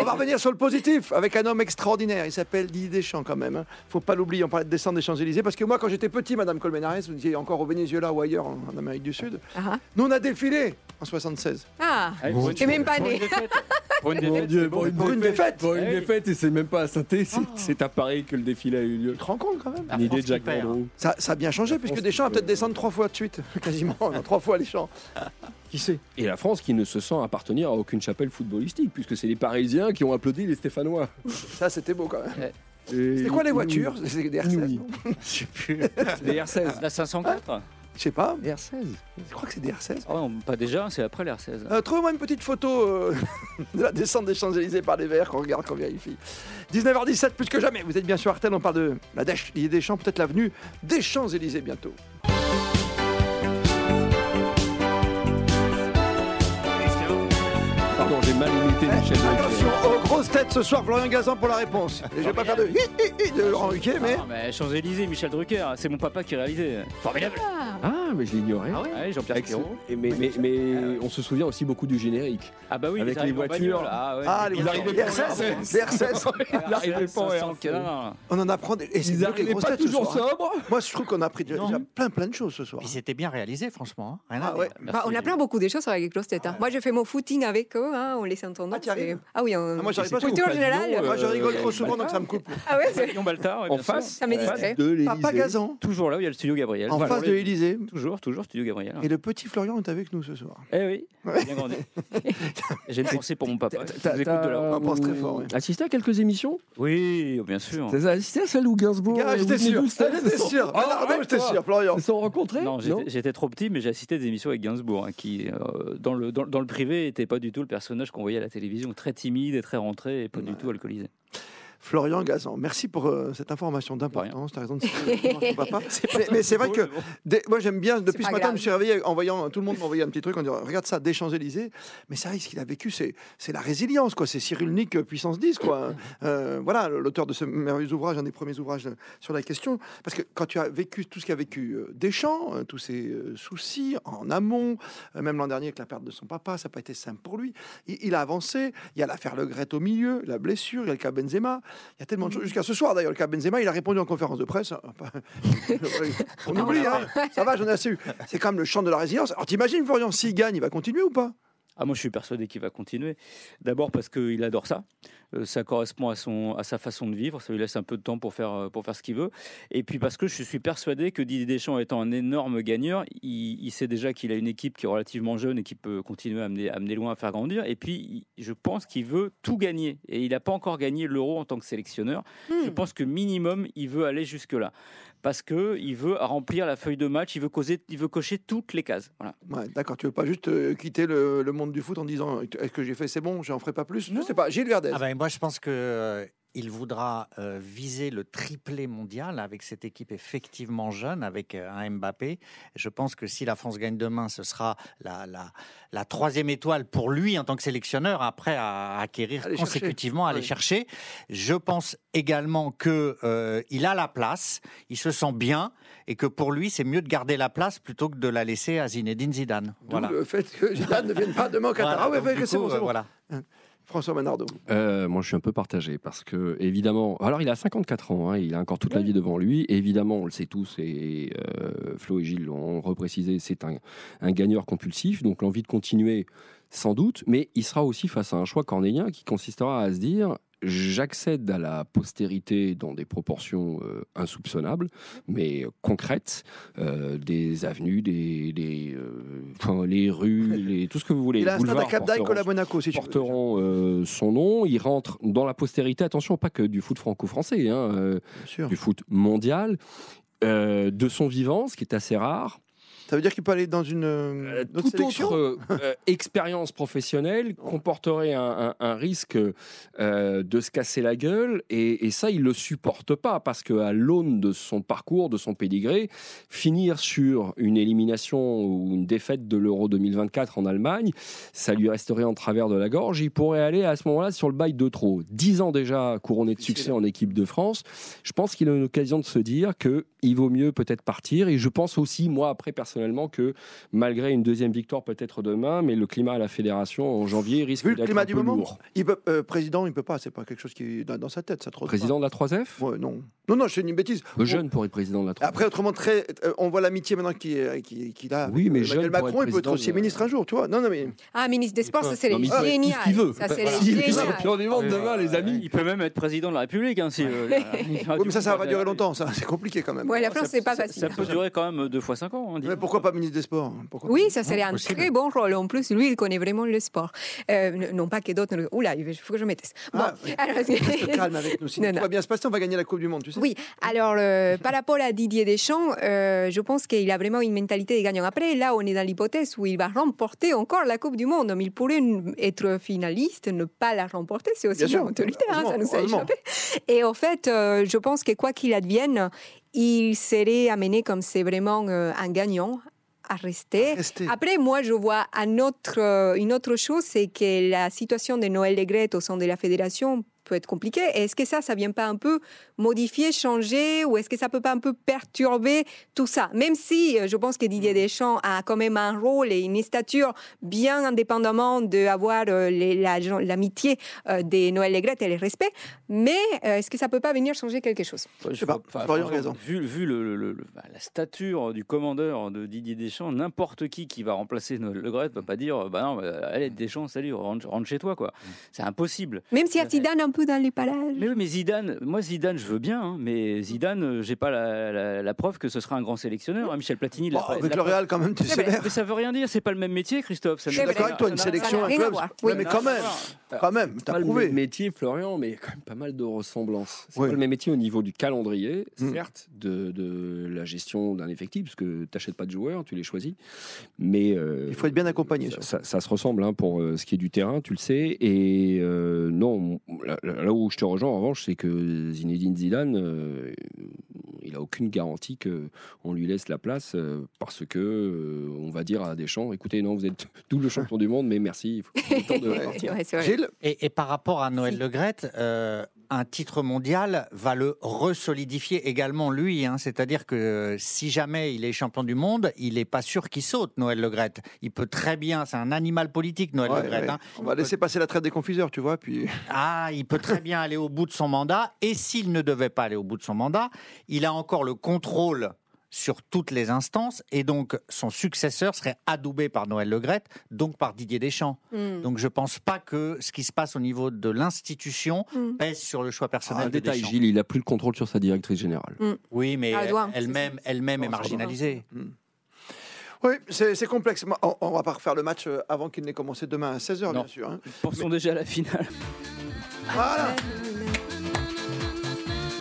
On va revenir sur le positif avec un homme extraordinaire. Il s'appelle Didier Deschamps quand même. hein. Faut pas l'oublier. On parlait de descendre des Champs-Élysées parce que moi, quand j'étais petit, Madame Colmenares, vous étiez encore au Venezuela ou ailleurs en, en Amérique du Sud. Ah, Nous, on a défilé en 76. ah. Ah, Bon pour une- T'es même pas pour né. une défaite. Pour une Eh, Mon défaite, Dieu, c'est bon. pour une Pour une défaite, défaite. pour une Eh oui. Oh. défaite, et c'est même pas à saint c'est c'est à Paris que le défilé a eu lieu. Tu te rends compte quand même Une idée de qui Jacques perd. Vendroux. ça, ça a bien changé puisque France Deschamps va qui peut-être peut- descendre trois fois de suite, quasiment, non, trois fois les champs. Qui sait Et la France qui ne se sent appartenir à aucune chapelle footballistique, puisque c'est les Parisiens qui ont applaudi les Stéphanois. Ça, c'était beau quand même. C'est C'était quoi les voitures C'est des R16 Inouï. non Les R16. Ah, La 504 Je sais pas. Les R16 Je crois que c'est des R16. Ah ouais, on- Pas déjà, c'est après la R16. Euh, Trouvez-moi une petite photo euh, de la descente des Champs-Élysées par les Verts qu'on regarde, qu'on vérifie. 19h17, plus que jamais. Vous êtes bien sur Artel, on parle de la Dèche, l'idée des Champs, peut-être l'avenue des Champs-Élysées bientôt. Pardon, j'ai mal imité Michel Eh, Attention Drucker. aux grosses têtes ce soir, Florian Gazan pour la réponse. Et je vais pas faire de hi hi hi de Laurent Huquet, mais Ah, mais Champs-Élysées, Michel Drucker, c'est mon papa qui réalisait. Formidable Ah, mais je l'ignorais. Ah ouais, Jean-Pierre Avec ce- Spirou. et mais mais, mais Ah on se souvient aussi beaucoup du générique. Ah bah oui, Avec ils arrivent les en voitures. bagnole. Ah, ouais. ah les Ils arrivaient les pas en R16, avance. les R16, Ils arrivaient pas en en canard. on en apprend des. Et hein, c'est Ils mieux que les arrivaient grosses pas têtes ce toujours soir. hein. sobres. Moi je trouve qu'on a appris déjà, Non. déjà plein plein de choses ce soir. Puis c'était bien réalisé, franchement. hein. Rien à Ah ouais. dire. Bah, on apprend beaucoup de choses avec les grosses têtes. hein. Moi, je fais mon footing avec eux. hein, on les entend. Ah, tu y c'est- arrives ah oui, on... Ah, moi j'arrive pas. Culture au pavillon, générale. euh, Moi je rigole trop euh, souvent donc ça me coupe. Ah ouais, c'est- Papillon Baltard, ouais, En bien sûr. face, Ah, ça m'est en face distrait. de Papa l'Élysée. Gazan, Toujours là où il y a le studio Gabriel. en Voilà. face de l'Élysée. Toujours, toujours studio Gabriel. Et le petit Florian est avec nous ce soir. Eh oui, bien grandi. J'ai une pensée pour mon papa. T'as- qui t'as- nous écoute de là-haut. On pense très fort, oui. Assisté à quelques émissions Oui, bien sûr. T'as assisté à celle où Gainsbourg Gars, et j'étais Whitney sûr. Houston se J'étais sont- sûr. Ah, Ah, non, ouais, j'étais toi. sûr, Florian. se sont rencontrés Non, j'étais- j'étais trop petit, mais j'ai assisté à des émissions avec Gainsbourg, hein, qui, euh, dans, le, dans, dans le privé, était pas du tout le personnage qu'on voyait à la télévision, très timide et très rentré, et pas du tout alcoolisé. Florian Gazan, merci pour euh, cette information d'importance. Tu as raison de citer ton papa. Mais, mais c'est vrai que dès- moi j'aime bien, depuis pas ce matin, je me grave. suis réveillé en voyant tout le monde m'envoyer un petit truc en disant Regarde ça, des Champs-Élysées. Mais ça, ce qu'il a vécu, c'est c'est la résilience, quoi. C'est Cyril Nick, euh, puissance 10, quoi. Euh, voilà, l'auteur de ce merveilleux ouvrage, un des premiers ouvrages euh, sur la question. Parce que quand tu as vécu tout ce qu'a vécu euh, Deschamps, euh, tous ses euh, soucis en amont, euh, même l'an dernier avec la perte de son papa, ça n'a pas été simple pour lui. Il, il a avancé. Il y a l'affaire Le Gret au milieu, la blessure, il y a le cas Benzema. Il y a tellement de choses. Jusqu'à ce soir, d'ailleurs, le cas Benzema, il a répondu en conférence de presse. hein. On oublie, hein. ça va, j'en ai assez eu. C'est quand même le champ de la résilience. Alors t'imagines, Florian, s'il gagne, il va continuer ou pas Ah, moi, je suis persuadé qu'il va continuer. D'abord parce qu'il adore ça. Euh, ça correspond à, son, à sa façon de vivre. Ça lui laisse un peu de temps pour faire, euh, pour faire ce qu'il veut. Et puis parce que je suis persuadé que Didier Deschamps étant un énorme gagneur, il, il sait déjà qu'il a une équipe qui est relativement jeune et qui peut continuer à amener, à amener loin, à faire grandir. Et puis, il- je pense qu'il veut tout gagner. Et il n'a pas encore gagné l'euro en tant que sélectionneur. Hmm. Je pense que minimum, il veut aller jusque-là. Parce qu'il veut remplir la feuille de match, il veut, causer, il veut cocher toutes les cases. Voilà. Ouais, d'accord, tu veux pas juste euh, quitter le, le monde du foot en disant est-ce que j'ai fait, c'est bon, j'en ferai pas plus Je sais pas, Gilles Verdez. Ah ben, moi, je pense que euh, il voudra euh, viser le triplé mondial avec cette équipe effectivement jeune, avec euh, un Mbappé. Je pense que si la France gagne demain, ce sera la, la, la troisième étoile pour lui en tant que sélectionneur, après à acquérir Aller chercher. consécutivement, à aller Oui. chercher. Je pense également que euh, il a la place, il se sent bien, et que pour lui, c'est mieux de garder la place plutôt que de la laisser à Zinedine Zidane. D'où Voilà. le fait que Zidane ne vienne pas demain au Qatar. Voilà, Ah ouais, donc, ouais, du c'est coup, bon, c'est euh, bon. voilà. François Manardo. Euh, moi, je suis un peu partagé parce que, évidemment, alors il a 54 ans, hein, il a encore toute la vie devant lui. Évidemment, on le sait tous, et euh, Flo et Gilles l'ont reprécisé, c'est un, un gagneur compulsif, donc l'envie de continuer, sans doute, mais il sera aussi face à un choix cornélien qui consistera à se dire j'accède à la postérité dans des proportions euh, insoupçonnables, mais concrètes, euh, des avenues, des, des euh, enfin, les rues, les, tout ce que vous voulez. Il a un stade à boulevards, Cap d'Agde Porte comme à Orange Monaco, si tu veux. porteront euh, son nom. Il rentre dans la postérité, attention, pas que du foot franco-français, hein, euh, Bien sûr. du foot mondial. euh, de son vivant, ce qui est assez rare. Ça veut dire qu'il peut aller dans une euh, Euh, autre toute sélection autre euh, euh, expérience professionnelle comporterait un, un- un risque euh, de se casser la gueule, et, et ça, il le supporte pas parce que à l'aune de son parcours, de son pédigré, finir sur une élimination ou une défaite de l'Euro 2024 en Allemagne, ça lui resterait en travers de la gorge. Il pourrait aller à ce moment-là sur le bail de trop. Dix ans déjà couronné de succès en équipe de France. Je pense qu'il a une occasion de se dire que il vaut mieux peut-être partir. Et je pense aussi, moi, après, personnellement, personnellement que malgré une deuxième victoire peut-être demain, mais le climat à la fédération en janvier risque Vu le d'être climat un du peu moment, lourd. il peut, euh, président, il peut pas. C'est pas quelque chose qui est dans, dans sa tête, ça trotte pas. Président de la 3F Ouais, non. Non, non, c'est une bêtise. Le jeune pour être président de la 3F. Après, autrement, très, euh, on voit l'amitié maintenant qu'il est- qu'il qu'il a. avec euh, Oui, mais Emmanuel jeune pour Macron, être il peut être président aussi de la- ministre un jour, tu vois. Non, non, mais. Ah, ministre des Sports, ça c'est Non, mais il peut- génial. il veut. Ça c'est Voilà. génial. Champion du monde Ouais, demain, ouais, les amis. Il peut même être président de la République. hein, si, euh, Ah, Oui, mais ça, ça va pas durer longtemps, ça. C'est compliqué quand même. Ouais, la France, c'est pas Ça- facile. Ça peut durer quand même deux fois cinq ans. hein, dis Mais donc. pourquoi pas ministre des Sports hein, Pourquoi Oui, pas ça serait un possible. très bon rôle. En plus, lui, il connaît vraiment le sport. Euh, non pas que d'autres. ne- Oula, il faut que je me teste. Bon, Ah, oui. alors- Reste calme avec nous. Sinon, Non, non. tout va bien se passer, on va gagner la Coupe du Monde, tu sais. Oui, alors euh, par rapport à Didier Deschamps, euh, je pense qu'il a vraiment une mentalité de gagnant. Après, là, on est dans l'hypothèse où il va remporter encore la Coupe du Monde, mais il pourrait n- être finaliste, ne pas la remporter, c'est aussi Bien sûr, une éventualité, hein, ça heureusement, nous a heureusement. échappé. Et en fait, euh, je pense que quoi qu'il advienne, il serait amené comme c'est vraiment euh, un gagnant à rester. Restez. Après, moi, je vois un autre, euh, une autre chose, c'est que la situation de Noël Legrette au sein de la fédération peut être compliquée. Est-ce que ça, ça vient pas un peu modifier, changer, ou est-ce que ça peut pas un peu perturber tout ça Même si euh, je pense que Didier Deschamps a quand même un rôle et une stature bien indépendamment d'avoir euh, les- la- l'amitié euh, de Noël Legrette et le respect, mais euh, est-ce que ça peut pas venir changer quelque chose Ouais, Je sais pas, enfin, Florian franchement, a raison. Vu, vu le- le- le- le- bah, la stature du commandeur de Didier Deschamps, n'importe qui qui va remplacer Noël Le Gret ne va pas dire bah non, bah, allez, Deschamps, salut, rentre, rentre chez toi. quoi. Mm. C'est impossible. Même si y a Ouais. Zidane un peu dans les parages. Mais oui, mais Zidane, moi Zidane, je veux bien, hein, mais Zidane, euh, j'ai pas la, la- la preuve que ce sera un grand sélectionneur. hein. Michel Platini, Bon, l'a pas- Oh, avec l'a le pas- Eh ben, Real, quand Eh même, tu ben, sais, Mais ça veut rien dire, c'est pas le même métier, Christophe. ça Je C'est suis n'a- vrai. d'accord avec toi, une ça n'a- ça n'a- sélection, un ben, rien à club. voir. Ouais, Oui. Mais n'a quand rien à même, voir. quand même, C'est t'as pas le même prouvé. métier, Florian, mais il y a quand même pas mal de ressemblances. C'est Oui. pas le même métier au niveau du calendrier, Mm. certes, de, de la gestion d'un effectif, parce que t'achètes pas de joueurs, tu les choisis, mais euh, Il faut être bien accompagné. ça, surtout. ça- ça se ressemble hein, pour euh, ce qui est du terrain, tu le sais. Et euh, non, là, là où je te rejoins en revanche, c'est que Zinedine Zidane, euh, il a aucune garantie que on lui laisse la place euh, parce que euh, on va dire à Deschamps, écoutez, non, vous êtes double champion du monde, mais merci. il faut- il est temps de Ouais. partir. Ouais, c'est vrai. Gilles, Et, et par rapport à Noël Si. Le Graët, euh, un titre mondial va le resolidifier également lui. hein. C'est-à-dire que euh, si jamais il est champion du monde, il n'est pas sûr qu'il saute, Noël Le Graët. Il peut très bien, c'est un animal politique, Noël Ouais, Le Graët. ouais. hein. on va laisser passer la traite des confiseurs, tu vois. Puis Ah, il peut très bien aller au bout de son mandat. Et s'il ne devait pas aller au bout de son mandat, il a encore le contrôle sur toutes les instances. Et donc, son successeur serait adoubé par Noël Le Graët, donc par Didier Deschamps. Mm. Donc, je ne pense pas que ce qui se passe au niveau de l'institution Mm. pèse sur le choix personnel Un Ah, de détail, Deschamps. Gilles, il a plus le contrôle sur sa directrice générale. Oui, mais Ah, Douin, elle-même elle-même Non, c'est est marginalisée. Oui, c'est c'est complexe. On, on va pas refaire le match euh, avant qu'il n'ait commencé demain à 16h, Non. bien sûr. hein. Pensons déjà à la finale. Voilà.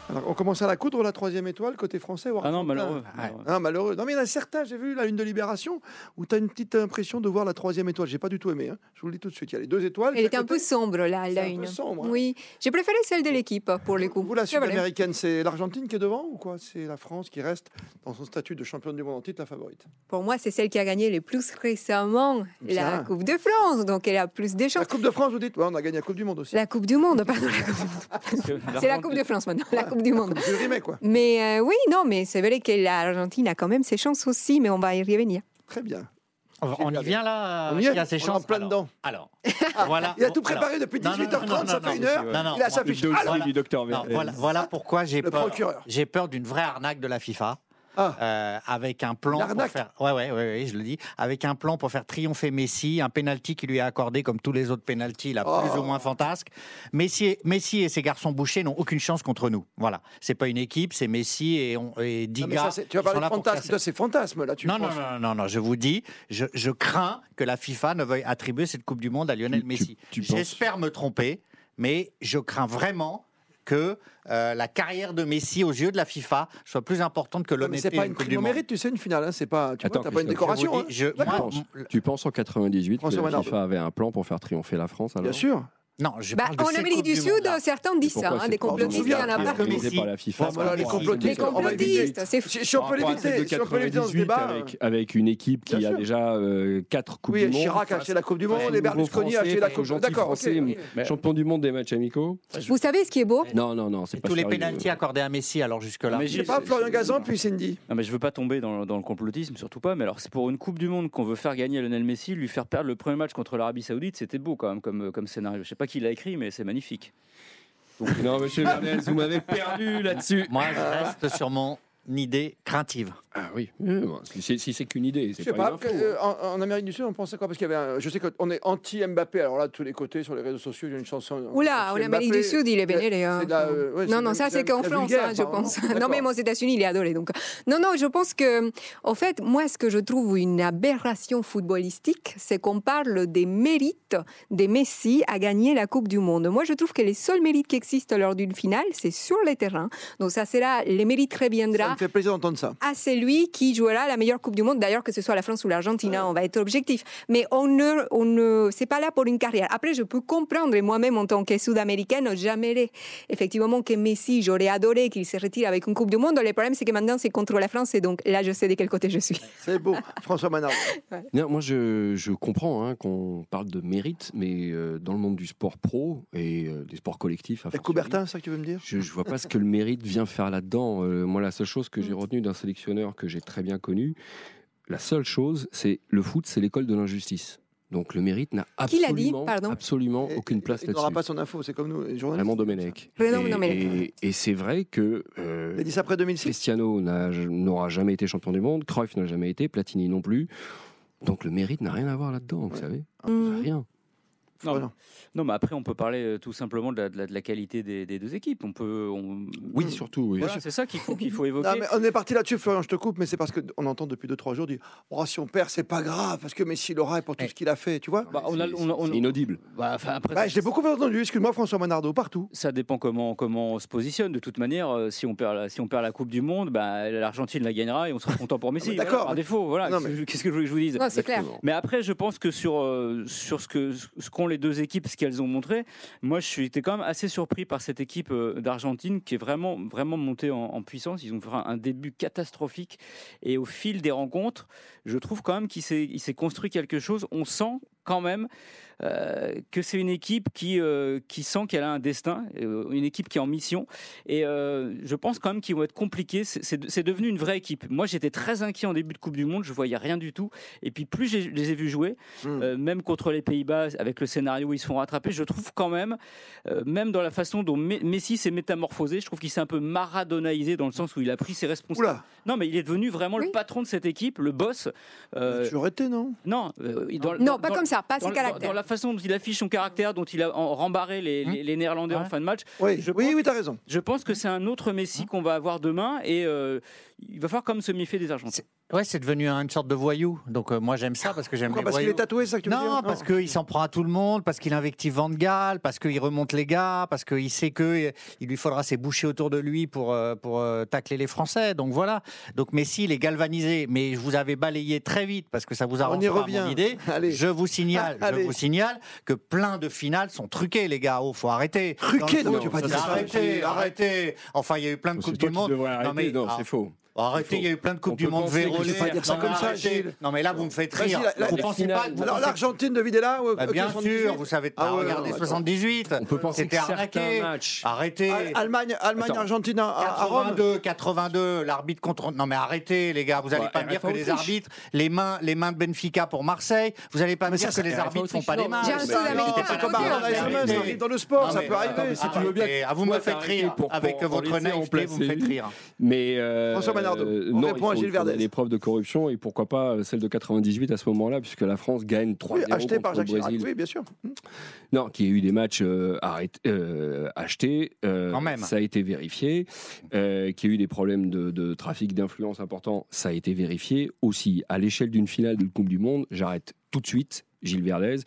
Alors, on commence à la coudre, la troisième étoile, côté français. ou Ah non, argentin malheureux. Ouais. malheureux. Ah, malheureux. Non, mais il y en a certains, j'ai vu la une de Libération, où tu as une petite impression de voir la troisième étoile. J'ai pas du tout aimé, hein. je vous le dis tout de suite. Il y a les deux étoiles. Elle d'un était un côté, peu sombre, là, c'est la un une. peu sombre. hein. Oui, j'ai préféré celle de l'équipe hein, pour les coups. Vous, la sud-américaine, c'est l'Argentine qui est devant ou quoi C'est la France qui reste dans son statut de championne du monde en titre, la favorite. Pour moi, c'est celle qui a gagné le plus récemment la Bien. Coupe de France, donc elle a plus de La chances. Coupe de France, vous dites Ouais, On a gagné la Coupe du Monde aussi. La Coupe du Monde, pardon. la Coupe- Parce que C'est la Coupe de France maintenant, la Coupe du Monde. Coupe du Rimet, quoi. Mais euh, oui, non, mais c'est vrai que l'Argentine a quand même ses chances aussi, mais on va y revenir. Très bien. On on y vient là On y est, à ses on est en chances plein Alors- dedans. Alors, voilà. Il a tout Alors, préparé depuis Non, non, non, 18h30, non, ça non, fait une non, heure. non, non, il a moi, sa fiche. Ah, là, voilà. docteur Non, voilà, voilà pourquoi j'ai Le peur. procureur. J'ai peur d'une vraie arnaque de la FIFA. Ah. Euh, avec un plan pour L'arnaque. faire, ouais, ouais, ouais, ouais, je le dis, avec un plan pour faire triompher Messi, un penalty qui lui est accordé comme tous les autres penalties, là, Oh. plus ou moins fantasque. Messi, Messi et ses garçons bouchés n'ont aucune chance contre nous. Voilà, c'est pas une équipe, c'est Messi et, on, et dix Non, mais gars ça, c'est- tu vas qui parler sont de là pour fantasme. casser- Toi, c'est fantasme, là, tu non, non, penses. non, non, non, je vous dis, je, je crains que la FIFA ne veuille attribuer cette Coupe du Monde à Lionel Tu- tu- Messi. tu penses- J'espère me tromper, mais je crains vraiment que euh, la carrière de Messi aux yeux de la FIFA soit plus importante que Non, mais c'est l'honnêteté pas une Coupe prime du au Monde. mérite, tu sais, une finale. Hein, c'est pas, tu vois, Attends, t'as pas une Je Christophe, décoration. vous hein. dis, je- Tu moi, penses, m- tu penses en 98 que François la Hollande. FIFA avait un plan pour faire triompher la France alors Bien sûr. Non, je Bah, parle de en ces Amérique Coupes du Sud, Monde-là. certains disent ça, hein, des complotistes, il y en a Ah, partout. comme Organisé ici. par la FIFA. Voilà, c'est les pas complotistes, Les on va éviter. complotistes, c'est fou. Si, si on peut Par rapport à celle l'éviter, de si on peut l'éviter dans ce 98, débat. euh, avec, avec une équipe qui Bien a sûr. déjà 4 Coupes Oui, du Monde. Chirac a acheté la Coupe du face Monde au et Berlusconi nouveau a acheté la Français, Coupe au du Monde. gentil D'accord, ok. Français, mais- Mais- Champion du monde des matchs amicaux Vous savez ce qui est beau Non, non, non, c'est pas Tous les sérieux. pénaltys accordés à Messi, alors jusque-là. Mais Je sais j'ai- pas, c'est- Florian c'est- Gazan, puis Cindy. Non, mais je veux pas tomber dans, dans le complotisme, surtout pas. Mais alors, c'est pour une Coupe du Monde qu'on veut faire gagner Lionel Messi, lui faire perdre le premier match contre l'Arabie Saoudite, c'était beau quand même comme, euh, comme scénario. Je sais pas qui l'a écrit, mais c'est magnifique. Non, monsieur Ah. Bernels, vous m'avez perdu là-dessus. Moi, je reste sur mon idée craintive. Ah oui, oui, bon, si c'est si c'est qu'une idée, Je c'est sais pas, pas, une info. que- euh, en, en Amérique du Sud, on pensait quoi Parce qu'il y avait un- je sais qu'on est anti-Mbappé. Alors là, de tous les côtés, sur les réseaux sociaux, il y a une chanson. Oula, en Amérique du Sud, il est vénéré. hein. c'est de la- euh, ouais, non, c'est non, de- ça c'est c'est de la qu'en France, vulgaire, hein, je apparemment. pense. Non, D'accord. même aux États-Unis, il est adoré. Donc, non, non, je pense que, en fait, moi, ce que je trouve une aberration footballistique, c'est qu'on parle des mérites des Messi à gagner la Coupe du Monde. Moi, je trouve que les seuls mérites qui existent lors d'une finale, c'est sur les terrains. Donc, ça sera les mérites Ça reviendra me fait plaisir d'entendre ça. à celui Ah, qui jouera la meilleure Coupe du Monde. D'ailleurs, que ce soit la France ou l'Argentine, hein, on va être objectif. Mais on ne, on ne, c'est pas là pour une carrière. Après, je peux comprendre, et moi-même en tant que Sud-Américaine, j'aimerais effectivement que Messi, j'aurais adoré qu'il se retire avec une Coupe du Monde. Le problème, c'est que maintenant, c'est contre la France, et donc là, je sais de quel côté je suis. C'est beau, François Manard. Non, moi, je, je comprends hein, qu'on parle de mérite, mais euh, dans le monde du sport pro et euh, des sports collectifs, à Et fortiori, Coubertin, c'est ça que tu veux me dire Je, je vois pas ce que le mérite vient faire là-dedans. Euh, moi, la seule chose que j'ai retenue d'un sélectionneur que j'ai très bien connu, la seule chose, c'est le foot, c'est l'école de l'injustice. Donc le mérite n'a Qui l'a absolument, dit, pardon absolument Et- aucune place Il n'aura pas là-dessus. son info, c'est comme nous, les journalistes. Raymond Domenech. Raymond Et- Domenech. Et, et c'est vrai que euh, Il a dit ça après 2006 Cristiano n'a- n'aura jamais été champion du monde, Cruyff n'a jamais été, Platini non plus. Donc le mérite n'a rien à voir là-dedans, vous Ouais. savez. Mhm. Rien. Non, Florian. Non, mais après, on peut parler euh, tout simplement de la, de la- de la qualité des, des deux équipes. On peut. on- Oui, surtout. oui. Voilà, c'est ça qu'il faut, qu'il faut évoquer. Non, mais on est parti là-dessus, Florian, je te coupe, mais c'est parce qu'on entend depuis 2-3 jours dire oh, si on perd, c'est pas grave, parce que Messi l'aura et pour tout Eh. ce qu'il a fait, tu vois. Bah, on a- C'est- on a- on a- c'est inaudible. Bah, enfin, après, Bah, je l'ai beaucoup entendu, excuse-moi, François Manardo, partout. Ça dépend comment, comment on se positionne. De toute manière, euh, si on perd la, si on perd la Coupe du Monde, bah, l'Argentine la gagnera et on sera content pour Messi. Ah, mais d'accord. Voilà, par défaut, voilà. Non, Qu'est-ce que je- Qu'est-ce que je voulais que je vous dise Non, c'est clair. Exactement. Mais après, je pense que sur, euh, sur ce que ce qu'ont les deux équipes, ce qu'elles ont montré, moi, je suis j'étais quand même assez surpris par cette équipe euh, d'Argentine qui est vraiment, vraiment montée en, en puissance. Ils ont fait un, un début catastrophique et au fil des rencontres, je trouve quand même qu'il s'est il s'est construit quelque chose. On sent quand même euh, que c'est une équipe qui, euh, qui sent qu'elle a un destin, euh, une équipe qui est en mission. Et euh, je pense quand même qu'ils vont être compliqués. C'est- C'est c'est devenu une vraie équipe. Moi, j'étais très inquiet en début de Coupe du Monde. Je voyais rien du tout. Et puis, plus j'ai- je les ai vus jouer, Mm. euh, même contre les Pays-Bas, avec le scénario où ils se font rattraper, je trouve quand même, euh, même dans la façon dont Me- Messi s'est métamorphosé, je trouve qu'il s'est un peu maradonaisé dans le sens où il a pris ses responsabilités. Oula, Non, mais il est devenu vraiment Oui. le patron de cette équipe, le boss. Euh, tu aurais été, non Non, euh, il- dans- Non, dans- pas dans- comme ça, pas dans, ces dans- caractères. dans la façon dont il affiche son caractère, dont il a en- rembarré les, les- les Néerlandais en Hein. Ouais. Hein. fin de match, Oui, Je oui, pense- oui, t'as raison. je pense que c'est un autre Messi qu'on va avoir demain et euh, il va falloir comme se méfier des Argentins. Ouais, c'est devenu une sorte de voyou. Donc euh, moi, j'aime ça parce que j'aime Pourquoi les Parce qu'il voyous. est tatoué, c'est ça que tu veux dire Oh. Non, parce qu'il s'en prend à tout le monde, parce qu'il invective Van Gaal, parce qu'il remonte les gars, parce qu'il sait que euh, il lui faudra ses bouchées autour de lui pour, euh, pour euh, tacler les Français. Donc voilà. Donc Messi, il est galvanisé. Mais je vous avais balayé très vite parce que ça vous On arrange y pas revient. mon idée. Allez. Je vous signale, Ah, allez. je vous signale que plein de finales sont truquées, les gars. Oh, faut arrêter. Truquées, Dans le non, tu foot, peux pas c'est dire ça. Arrêtez, arrêtez. Enfin, il y a eu plein de C'est coupes toi du qui monde. devrais Non, mais- arrêter. Non, ah. c'est faux. Arrêtez, il y a eu plein de On coupes du peut monde penser que je vérolées. peux pas dire ça Non, comme mais ça, arrêtez. Gilles. Non, mais là, vous me faites Vas-y, rire. la- la- vous la pensez pas finale. que vous Alors, pensez- l'Argentine de Videla, ouais, Bah, ok, bien 78. sûr, vous savez pas Ah ouais, regarder non, attends. 78. On peut penser C'était que certains arnaqué. matchs. Arrêtez. Ah, Al- Allemagne, Allemagne Attends. Argentine à, à- à Rome. 82, 82, l'arbitre contre. Non mais arrêtez les gars, vous allez Ouais, pas me dire RFA que les Autriche. arbitres, les mains, les mains de Benfica pour Marseille, vous allez pas me Mais ça, dire que c'est les RFA arbitres font Autriche, pas non, les mais matchs. J'ai un Mais Sud non, américain, C'est comme ok, hein. un on va SMS, arrêter. Henri, dans le sport, Non, ça mais peut attends, arriver. mais si tu veux bien- arrêtez. Ah, vous Toi, me faites t'as rire arrêté pour- avec pour votre laisser en naïveté, vous me faites placer une. rire. Mais euh, François Manardo, on non, il répond à faut- Gilles il faut Verdez. des preuves de corruption et pourquoi pas celle de 98 à ce moment-là, puisque la France gagne 3-0 Oui, acheté par contre le Jacques Chirac, Brésil. oui, bien sûr. Non, qui a eu des matchs euh, arrêt- euh, achetés. euh, Quand même. Ça a été vérifié. Euh, qui a eu des problèmes de, de trafic d'influence importants, ça a été vérifié aussi. À l'échelle d'une finale de Coupe du Monde, j'arrête tout de suite Gilles Verdez.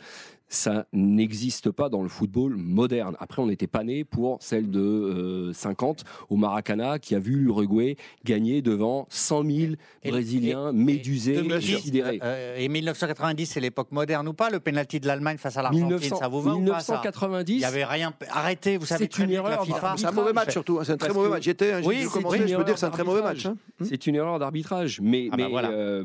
ça n'existe pas dans le football moderne. Après, on n'était pas né pour celle de euh, 50 au Maracana qui a vu l'Uruguay gagner devant 100 000 Et- Brésiliens et- médusés, et- sidérés. Euh, et 1990, c'est l'époque moderne ou pas Le pénalty de l'Allemagne face à l'Argentine, 1900 ça vous va ou pas ça Il 1990, n'y avait rien. Arrêtez, vous savez C'est très une bien que la erreur FIFA. d'arbitrage. C'est un mauvais match je- surtout. hein, C'est un très parce mauvais que- match. J'étais, hein, j'ai Oui, dû c'est commencer, une je peux dire, c'est un erreur très mauvais match. d'arbitrage. hein. c'est une erreur d'arbitrage. Mais, Ah bah mais, voilà. euh,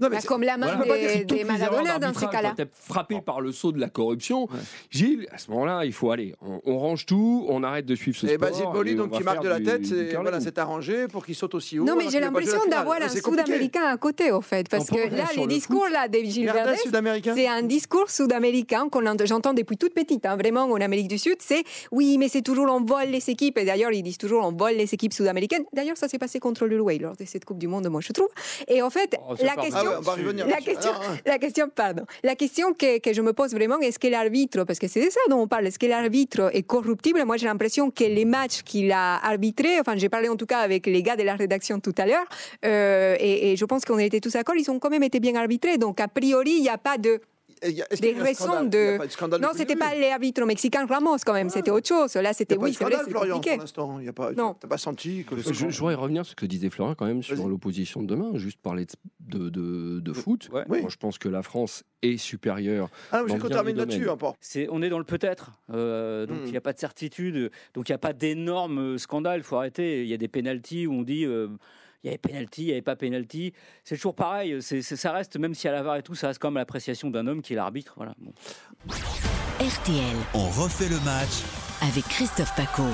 Non, mais Bah, c'est- comme la main Voilà. On peut pas dire que des, toutes des les Maradona erreurs dans ces d'arbitrage cas-là. doivent être frappées par le saut de la corruption. Gilles, à ce moment-là, il faut aller. On, on range tout, on arrête de suivre ce Et sport. eh, Basile Boli, et on donc, va qui marque faire de la du- tête, du c'est curling. voilà, c'est arrangé pour qu'il saute aussi haut. Non, mais alors qu'il j'ai a pas joué la l'impression finale. d'avoir un C'est compliqué. Sud-Américain à côté, au fait. Parce On peut que revenir là, sur les le discours là, de Gilles Gardez un Verdez, Sud-Américain. c'est un discours sud-américain qu'on ent- j'entends depuis toute petite, hein, vraiment, en Amérique du Sud. C'est oui, mais c'est toujours on vole les équipes. Et d'ailleurs, ils disent toujours on vole les équipes sud-américaines. D'ailleurs, ça s'est passé contre l'Uruguay lors de cette Coupe du Monde, moi, je trouve. Et en fait, Oh, c'est la Ah pas question. ouais, on va revenir. La là-dessus. question- Alors, hein. La question, pardon. La question que, que je me pose vraiment, est-ce que l'arbitre, parce que c'est de ça dont on parle, est-ce que l'arbitre est corruptible Moi, j'ai l'impression que les matchs qu'il a arbitrés, enfin, j'ai parlé en tout cas avec les gars de la rédaction tout à l'heure, euh, et, et je pense qu'on était tous d'accord, ils ont quand même été bien arbitrés. Donc, a priori, il n'y a pas de. Et ah, y a- est-ce Des qu'il y a eu un raisons scandale de- Il y a pas eu de scandale Non, depuis le c'était début. pas l'arbitre mexicain Ramos quand même, c'était autre chose. Là, Il y c'était a pas eu oui, de c'est vrai, scandale, c'est Florian, compliqué. pour l'instant. Il y a pas- Non. T'as pas senti que. Je, je voudrais revenir sur ce que disait Florian quand même sur Vas-y. l'opposition de demain, juste parler de, de, de- de foot. Ouais. Oui. Moi, je pense que la France est supérieure. Ah non, mais Dans j'ai qu'on bien termine du domaine. là-dessus encore. C'est- on est dans le peut-être, Euh, donc Mm. il n'y a pas de certitude, donc il n'y a pas d'énorme euh, scandale, il faut arrêter, il y a des pénalties où on dit euh, il y avait pénalty, il n'y avait pas pénalty, c'est toujours pareil, c'est- c'est- ça reste, même si à la VAR et tout, ça reste quand même l'appréciation d'un homme qui est l'arbitre. Voilà. Bon. RTL On refait le match avec Christophe Paco.